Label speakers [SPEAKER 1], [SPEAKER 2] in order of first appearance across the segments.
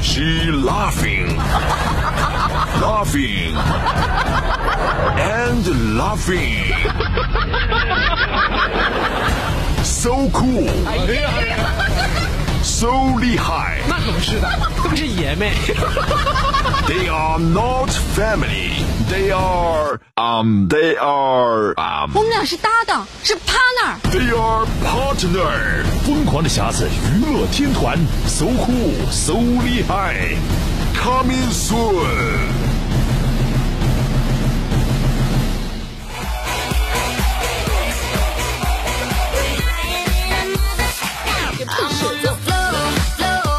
[SPEAKER 1] she laughing, laughing, and laughing. So cool, so 厉害.
[SPEAKER 2] 那可不是的，这不是爷们。
[SPEAKER 1] They are not family. They are um. They are um.
[SPEAKER 3] 我们俩是搭档，是 partner。
[SPEAKER 1] They are partner。疯狂的匣子娱乐天团，so cool，so 厉害，coming soon。
[SPEAKER 4] I'm on the floor, floor.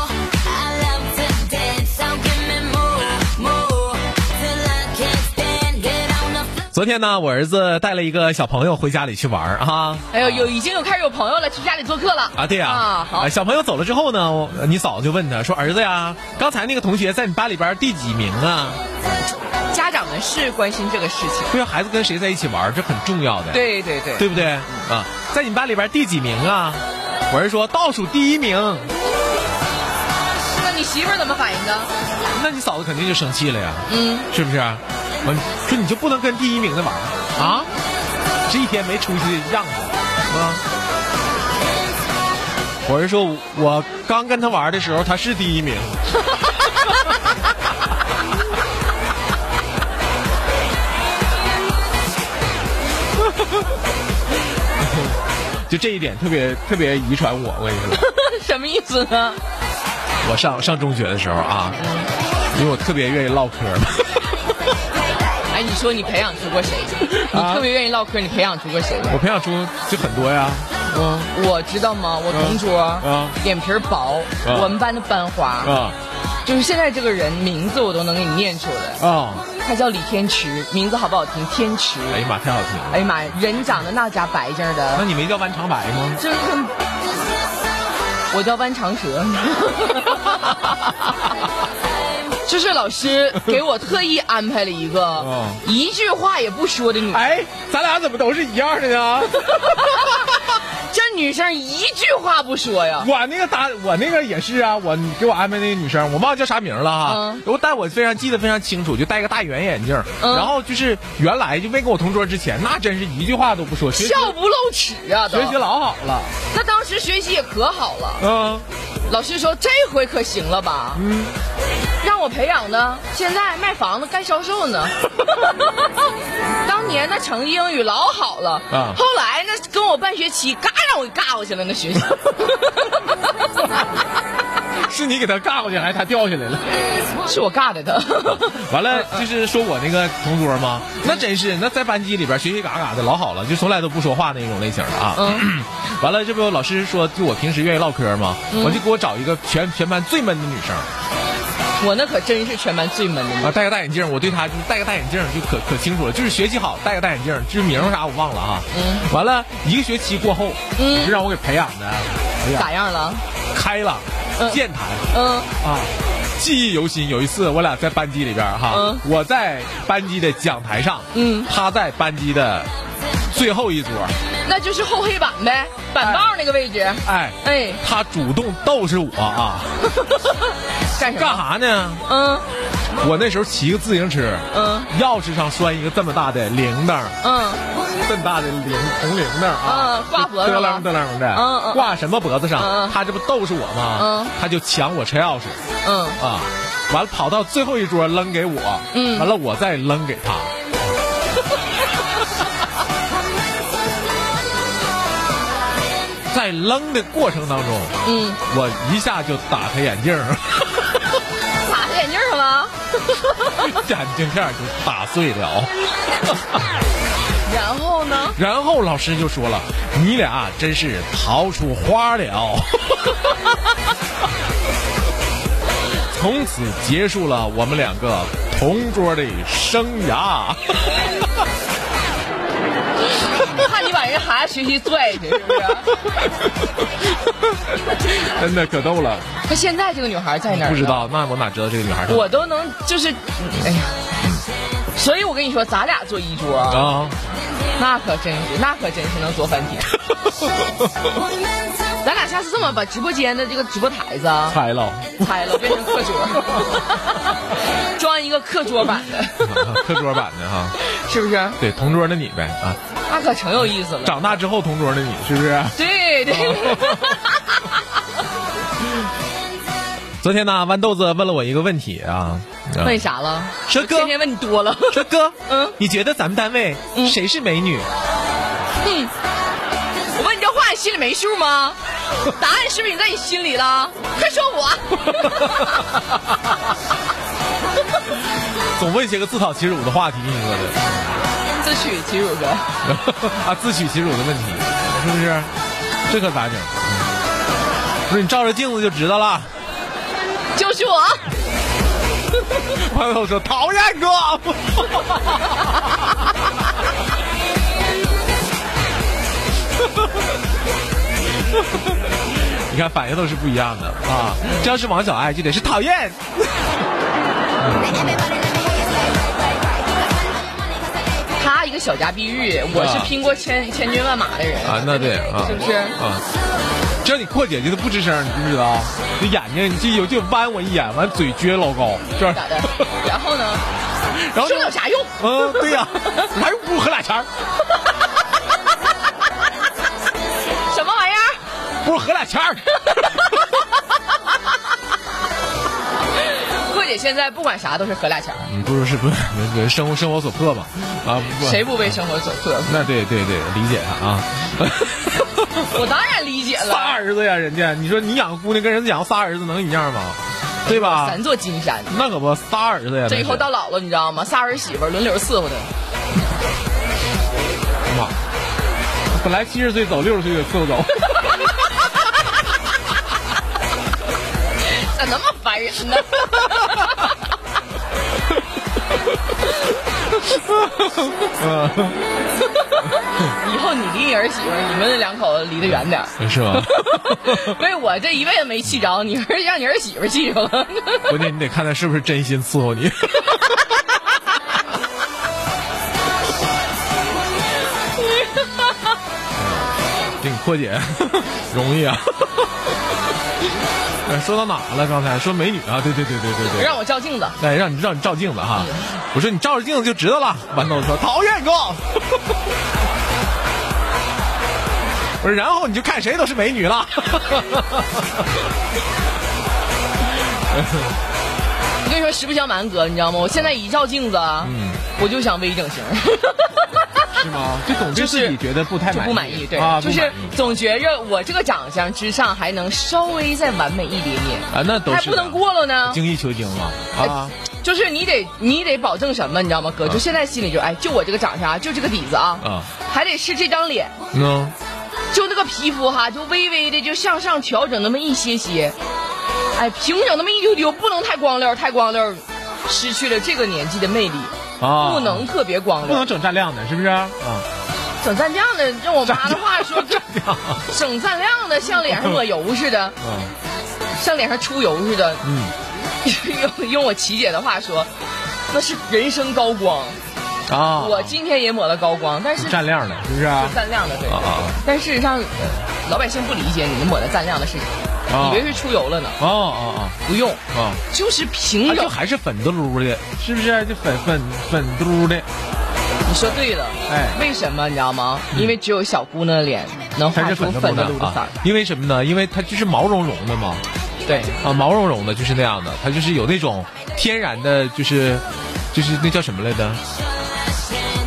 [SPEAKER 4] I love to dance, so give me more, more. Till I can't stand, get on the floor.
[SPEAKER 2] 昨天呢，我儿子带了一个小朋友回家里去玩儿啊
[SPEAKER 5] 哎呦，有已经有开始有朋友了，去家里做客了
[SPEAKER 2] 啊，对呀、
[SPEAKER 5] 啊，好
[SPEAKER 2] 哎，小朋友走了之后呢，我你嫂子就问他说：“儿子呀，刚才那个同学在你班里边第几名啊？
[SPEAKER 5] 家长们是关心这个事情，
[SPEAKER 2] 对呀，孩子跟谁在一起玩儿，这很重要的，
[SPEAKER 5] 对对对，
[SPEAKER 2] 对不对啊？在你们班里边第几名啊？”我儿子说：“倒数第一名。
[SPEAKER 5] 那你媳妇儿怎么反应 的？”
[SPEAKER 2] 那你嫂子肯定就生气了呀，
[SPEAKER 5] 嗯，
[SPEAKER 2] 是不是？我说你就不能跟第一名的玩儿啊？这一天没出息的样子啊！我是说，我刚跟他玩的时候，他是第一名。 就这一点特别特别遗传我，我跟你说。
[SPEAKER 5] 什么意思呢？
[SPEAKER 2] 我上上中学的时候啊，因为我特别愿意唠嗑嘛，
[SPEAKER 5] 哎，你说你培养出过 谁？你
[SPEAKER 2] 啊
[SPEAKER 5] 特别愿意唠嗑，你培养出过谁？
[SPEAKER 2] 我培养出就很多呀，嗯
[SPEAKER 5] 我知道吗？我同桌，
[SPEAKER 6] 嗯
[SPEAKER 2] 啊
[SPEAKER 5] 脸皮儿薄，
[SPEAKER 2] 啊
[SPEAKER 5] 我们班的班花，
[SPEAKER 2] 啊
[SPEAKER 5] 就是现在这个人名字我都能给你念出来，
[SPEAKER 2] 啊，
[SPEAKER 5] 他叫李天池，名字好不好听？天池，
[SPEAKER 2] 哎呀妈，太好听了。
[SPEAKER 5] 哎呀妈呀，人长得那家白净儿
[SPEAKER 2] 那
[SPEAKER 5] 的，
[SPEAKER 2] 你没叫弯长白吗？
[SPEAKER 5] 就是很，我叫弯长蛇。 就是老师给我特意安排了一个
[SPEAKER 2] 哦
[SPEAKER 5] 一句话也不说的女，
[SPEAKER 2] 哎，咱俩怎么都是一样的 呢？
[SPEAKER 5] 这女生一句话不说呀。
[SPEAKER 2] 我那个打我那个也是啊，我给我安排那个女生，我忘了叫啥名了哈。
[SPEAKER 5] 嗯
[SPEAKER 2] 我但我非常记得非常清楚，就戴个大圆眼镜，
[SPEAKER 5] 嗯
[SPEAKER 2] 然后就是原来就没跟我同桌之前，那真是一句话都不说，学习
[SPEAKER 5] 笑不露齿啊！都
[SPEAKER 2] 学习老好了，
[SPEAKER 5] 那当时学习也可好了，
[SPEAKER 2] 嗯。
[SPEAKER 5] 老师说这回可行了吧？嗯，让我培养的，现在卖房子干销售呢。当年那成绩英语老好了，
[SPEAKER 2] 啊
[SPEAKER 5] 后来那跟我半学期，嘎让我给尬过去了那学习。
[SPEAKER 2] 是你给他尬过去，还是他掉下来了？
[SPEAKER 5] 是我尬的他，
[SPEAKER 2] 完了，就是说我那个同桌嘛，
[SPEAKER 5] 嗯
[SPEAKER 2] 那真是那在班级里边学习嘎嘎的，老好了，就从来都不说话那种类型的啊。
[SPEAKER 5] 嗯
[SPEAKER 2] 完了，这不老师说，就我平时愿意唠嗑嘛，我就给我找一个全全班最闷的女生
[SPEAKER 5] 我那可真是全班最闷的女
[SPEAKER 2] 啊，戴个大眼镜，我对她就是戴个大眼镜就可可清楚了，就是学习好，戴个大眼镜，就是名儿啥我忘了啊。
[SPEAKER 5] 嗯
[SPEAKER 2] 完了，一个学期过后，
[SPEAKER 5] 嗯
[SPEAKER 2] 就让我给培养的，哎呀，
[SPEAKER 5] 咋样了？
[SPEAKER 2] 开朗、
[SPEAKER 5] 嗯
[SPEAKER 2] 健谈，
[SPEAKER 5] 嗯，
[SPEAKER 2] 啊，记忆犹新。有一次我俩在班级里边儿哈，
[SPEAKER 5] 嗯
[SPEAKER 2] 我在班级的讲台上，
[SPEAKER 5] 嗯
[SPEAKER 2] 他在班级的最后一桌，
[SPEAKER 5] 那就是后黑板呗，板报那个位置。
[SPEAKER 2] 哎，
[SPEAKER 5] 哎，
[SPEAKER 2] 他主动逗是我啊，
[SPEAKER 5] 干什
[SPEAKER 2] 干
[SPEAKER 5] 么？
[SPEAKER 2] 啥呢？
[SPEAKER 5] 嗯
[SPEAKER 2] 我那时候骑个自行车，
[SPEAKER 5] 嗯
[SPEAKER 2] 钥匙上拴一个这么大的铃铛，
[SPEAKER 5] 嗯。
[SPEAKER 2] 这么大的铃铜铃铛啊
[SPEAKER 5] 嗯，挂脖子
[SPEAKER 2] 嘚
[SPEAKER 5] 了
[SPEAKER 2] 楞嘚楞的，
[SPEAKER 5] 嗯嗯
[SPEAKER 2] 挂什么脖子上？
[SPEAKER 5] 嗯嗯
[SPEAKER 2] 他这不逗是我吗？
[SPEAKER 5] 嗯
[SPEAKER 2] 他就抢我车钥匙
[SPEAKER 5] 嗯
[SPEAKER 2] 啊，完了跑到最后一桌扔给我，
[SPEAKER 5] 嗯
[SPEAKER 2] 完了我再扔给他。在扔的过程当中，
[SPEAKER 5] 嗯，
[SPEAKER 2] 我一下就打开眼镜儿，
[SPEAKER 5] 打他眼镜上了，
[SPEAKER 2] 眼镜片儿就打碎了。
[SPEAKER 5] 然后呢？
[SPEAKER 2] 然后老师就说了：“你俩啊真是桃出花了。”从此结束了我们两个同桌的生涯。
[SPEAKER 5] 看你把给人孩子学习拽去，是不是？
[SPEAKER 2] 真的可逗了。
[SPEAKER 5] 他现在这个女孩在哪儿？
[SPEAKER 2] 不知，道，那我哪知道这个女孩儿？
[SPEAKER 5] 我都能就是，哎呀。所以我跟你说，咱俩坐一桌，
[SPEAKER 2] 啊，
[SPEAKER 5] 那可真是，那可真是能坐翻 天。咱俩下次这么把直播间的这个直播台子啊
[SPEAKER 2] 猜 了，
[SPEAKER 5] 拆了，变成课 桌，装一个课桌版的，
[SPEAKER 2] 课桌版的哈，
[SPEAKER 5] 是不是？
[SPEAKER 2] 对，同桌的你呗啊，
[SPEAKER 5] 那可成有意思了。
[SPEAKER 2] 长大之后同桌的你是不是？
[SPEAKER 5] 对对，
[SPEAKER 2] 啊昨天呢，豌豆子问了我一个问题啊，啊
[SPEAKER 5] 问啥了？
[SPEAKER 2] 蛇哥
[SPEAKER 5] 天天问你多了。
[SPEAKER 2] 说哥，
[SPEAKER 5] 嗯
[SPEAKER 2] 你觉得咱们单位谁是美女？
[SPEAKER 5] 嗯我问你这话，你心里没数吗？答案是不是已经在你心里了？快说我。
[SPEAKER 2] 总问一些个自讨其辱的话题，你说的
[SPEAKER 5] 自取其辱哥，
[SPEAKER 2] 啊，自取其辱的问 题，是不是？这可咋整？嗯不是你照着镜子就知道了。
[SPEAKER 5] 就是我。
[SPEAKER 2] 朋友说讨厌哥， 你看反应都是不一样的啊！这要是王小爱就得是讨厌。
[SPEAKER 5] 他一个小家碧玉，我是拼过千千军万马的人
[SPEAKER 2] 啊那对啊
[SPEAKER 5] 是不是？
[SPEAKER 2] 啊，只要你阔姐姐都不吱声，你知不知道？这眼睛就有就弯我一眼，完嘴撅老高，这样
[SPEAKER 5] 咋的？然后呢？
[SPEAKER 2] 然后
[SPEAKER 5] 说
[SPEAKER 2] 就
[SPEAKER 5] 了有啥用？
[SPEAKER 2] 嗯，对呀、 还不如喝俩钱儿，
[SPEAKER 5] 什么玩意儿？
[SPEAKER 2] 不如喝俩 钱儿。
[SPEAKER 5] 郭姐现在不管啥都是合俩钱儿，
[SPEAKER 2] 你嗯不如是不是生活生活所迫吧？啊，不
[SPEAKER 5] 谁不为生活所迫？
[SPEAKER 2] 那对对对，理解他 啊。
[SPEAKER 5] 我当然理解
[SPEAKER 2] 仨
[SPEAKER 5] 了，
[SPEAKER 2] 儿子呀，人家你说你养个姑娘跟人家养仨儿子能一样吗？对吧
[SPEAKER 5] 三？座金山。
[SPEAKER 2] 那可不，仨儿子呀。
[SPEAKER 5] 这以后
[SPEAKER 2] 那
[SPEAKER 5] 到老了，你知道吗？仨儿媳妇儿轮流伺候的，
[SPEAKER 2] 是妈，本来七十岁走，六十岁给伺候 走。
[SPEAKER 5] 咋那么烦人呢？ 以后你离你儿媳妇儿，你们两口子离得远点儿。
[SPEAKER 2] 是吗？
[SPEAKER 5] 被我这一辈子没气着，你儿让你儿媳妇儿气着了。
[SPEAKER 2] 关键你得看他是不是真心伺候你。 嗯这你阔姐 容易啊。 哎说到哪儿了？刚才说美女啊，对对对对对对。
[SPEAKER 5] 让我照镜子，
[SPEAKER 2] 哎，让你让你照镜子哈。我说你照着镜子就知道了。豌豆说讨厌哥。 我说然后你就看谁都是美女了。
[SPEAKER 5] 我跟你说实不相瞒，哥，你知道吗？我现在一照镜子，嗯，我就想微整形。
[SPEAKER 2] 是吗？就总之
[SPEAKER 5] 就是
[SPEAKER 2] 自己觉得不太
[SPEAKER 5] 就不满意，对，
[SPEAKER 2] 啊，
[SPEAKER 5] 就
[SPEAKER 2] 不满
[SPEAKER 5] 是
[SPEAKER 2] 意
[SPEAKER 5] 总觉着我这个长相之上还能稍微再完美一点点，
[SPEAKER 2] 啊，那都是
[SPEAKER 5] 还不能过了哎呢。
[SPEAKER 2] 精益求精嘛啊，
[SPEAKER 5] 就是你得你得保证什么，你知道吗，哥？就
[SPEAKER 2] 啊
[SPEAKER 5] 现在心里就哎，就我这个长相啊，就这个底子啊，
[SPEAKER 2] 啊
[SPEAKER 5] 还得是这张脸，
[SPEAKER 2] 嗯，
[SPEAKER 5] 就那个皮肤哈，就微微的就向上调整那么一些些，哎，平整那么一丢丢，不能太光溜儿，太光溜儿，失去了这个年纪的魅力，
[SPEAKER 2] 啊
[SPEAKER 5] 不能特别光
[SPEAKER 2] 不
[SPEAKER 5] 溜儿
[SPEAKER 2] 能。整蘸亮的，是不是 啊？
[SPEAKER 5] 整蘸酱的，用我妈的话说， 就
[SPEAKER 2] 酱
[SPEAKER 5] 整蘸酱的像脸上抹油 似的，像脸上出油似的。
[SPEAKER 2] 啊嗯，
[SPEAKER 5] 用用我琪姐的话说，那是人生高光。
[SPEAKER 2] 啊，
[SPEAKER 5] 我今天也抹了高光，但是
[SPEAKER 2] 蘸亮的，是不是啊？
[SPEAKER 5] 蘸亮的对。
[SPEAKER 2] 啊啊
[SPEAKER 5] 但事实上，呃老百姓不理解你们抹的蘸亮的是啥，
[SPEAKER 2] 啊
[SPEAKER 5] 以为是出油了呢。
[SPEAKER 2] 哦哦
[SPEAKER 5] 不用，
[SPEAKER 2] 哦哦，
[SPEAKER 5] 就是平
[SPEAKER 2] 它就
[SPEAKER 5] 整。
[SPEAKER 2] 还是粉嘟噜的，是不是？就粉粉粉嘟噜的，
[SPEAKER 5] 你说对了，
[SPEAKER 2] 哎
[SPEAKER 5] 为什么你知道吗？因为只有小姑娘的脸能
[SPEAKER 2] 它
[SPEAKER 5] 画
[SPEAKER 2] 是
[SPEAKER 5] 出
[SPEAKER 2] 粉嘟
[SPEAKER 5] 粉的
[SPEAKER 2] 噜
[SPEAKER 5] 露
[SPEAKER 2] 的
[SPEAKER 5] 的色
[SPEAKER 2] 啊
[SPEAKER 5] 儿。。
[SPEAKER 2] 因为什么呢？因为它就是毛茸茸的嘛，
[SPEAKER 5] 对，
[SPEAKER 2] 啊，毛茸茸的，就是那样的，它就是有那种天然的，就是就是那叫什么来着？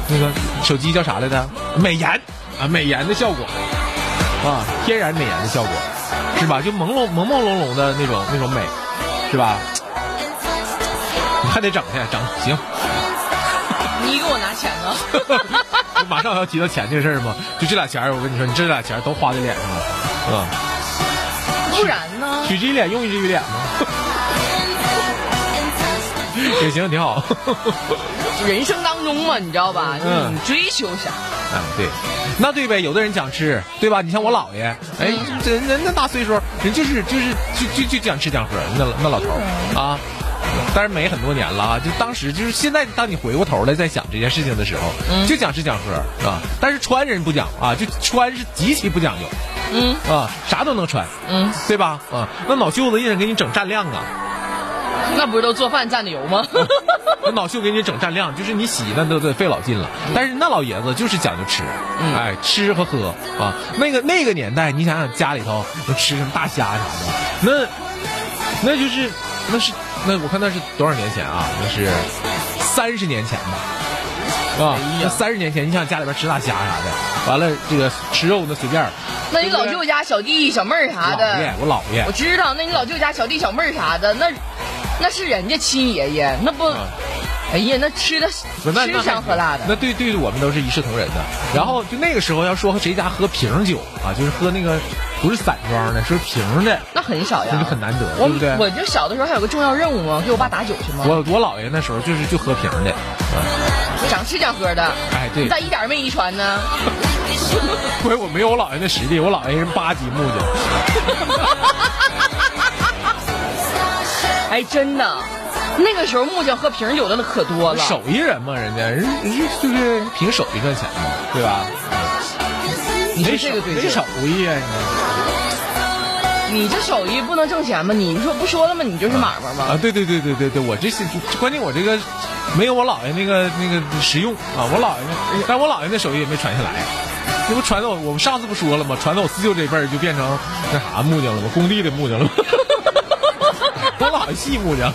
[SPEAKER 2] 那个手机叫啥来着？美颜啊，美颜的效果啊，天然美颜的效果是吧？就朦胧朦朦胧胧的那种那种美是吧？你还得整去，整行，
[SPEAKER 5] 你给我拿钱呢。
[SPEAKER 2] 就马上要提到钱这个事儿嘛，就这俩钱儿，我跟你说，你这俩钱儿都花在脸上了，啊、
[SPEAKER 5] 不然呢？
[SPEAKER 2] 取之于脸，用之于脸嘛， 也行，挺好。
[SPEAKER 5] 人生当中嘛，你知道吧？
[SPEAKER 2] 嗯
[SPEAKER 5] 你追求啥？
[SPEAKER 2] 啊，对，那对呗，有的人讲吃，对吧？你像我姥爷，哎，这人那大岁数，人就是就是就就就讲吃讲喝，那那老头儿啊。但是没很多年了啊，就当时就是现在，当你回过头来再想这件事情的时候，就讲吃讲喝啊。但是穿人不讲啊，就穿是极其不讲究，嗯啊，啥都能穿，嗯，对吧？啊，那脑袖子一人给你整蘸量啊，
[SPEAKER 5] 那不是都做饭蘸的油吗？
[SPEAKER 2] 嗯那脑袖给你整蘸量，就是你洗那都得费老劲了。
[SPEAKER 5] 嗯
[SPEAKER 2] 但是那老爷子就是讲究吃，哎，吃和喝啊。那个那个年代，你想想家里头能吃什么大虾啥的，那那就是那是那我看那是多少年前啊？那是三十年前吧。
[SPEAKER 5] 哎
[SPEAKER 2] 啊，那三十年前，你想家里边吃大虾啥的，完了这个吃肉那随便儿。
[SPEAKER 5] 那你老舅家小弟小妹儿啥
[SPEAKER 2] 姥
[SPEAKER 5] 的
[SPEAKER 2] 爷，，我姥爷
[SPEAKER 5] 我，知道。那你老舅家小弟小妹儿啥的，那那是人家亲爷爷，那不，哎呀，那吃的
[SPEAKER 2] 嗯那那
[SPEAKER 5] 吃香喝辣的。
[SPEAKER 2] 那对对我们都是一视同仁的。然后就那个时候要说谁家喝瓶酒啊，就是喝那个不是散装的，说瓶的。
[SPEAKER 5] 那很少呀，
[SPEAKER 2] 那就很难得
[SPEAKER 5] 我
[SPEAKER 2] 对不对
[SPEAKER 5] 我就小的时候还有个重要任务嘛，给我爸打酒去嘛，
[SPEAKER 2] 我我姥爷那时候就是就喝瓶的，
[SPEAKER 5] 讲吃讲喝的。
[SPEAKER 2] 哎对
[SPEAKER 5] 你咋一点儿没遗传呢？
[SPEAKER 2] 因为我没有我姥爷那实力，我姥爷是八级木匠。
[SPEAKER 5] 哎，真的，那个时候木匠喝瓶酒的那可多了。
[SPEAKER 2] 手艺人嘛，人家人人家就是凭手艺赚钱嘛，对吧？
[SPEAKER 5] 你
[SPEAKER 2] 没
[SPEAKER 5] 说
[SPEAKER 2] 手
[SPEAKER 5] 这个对
[SPEAKER 2] 没
[SPEAKER 5] 劲
[SPEAKER 2] 手艺啊，
[SPEAKER 5] 你这手艺不能挣钱吗？你说不说了吗？你就是买卖
[SPEAKER 2] 你啊
[SPEAKER 5] 吗？
[SPEAKER 2] 对对对对对对，我这是关键我这个没有我姥爷那个那个实用啊，我姥爷那，但我姥爷那手艺也没传下来。这不传到我，我们上次不说了吗？传到我四舅这辈儿就变成那 啥木匠了吗？工地的木匠了吗？我姥爷系木匠。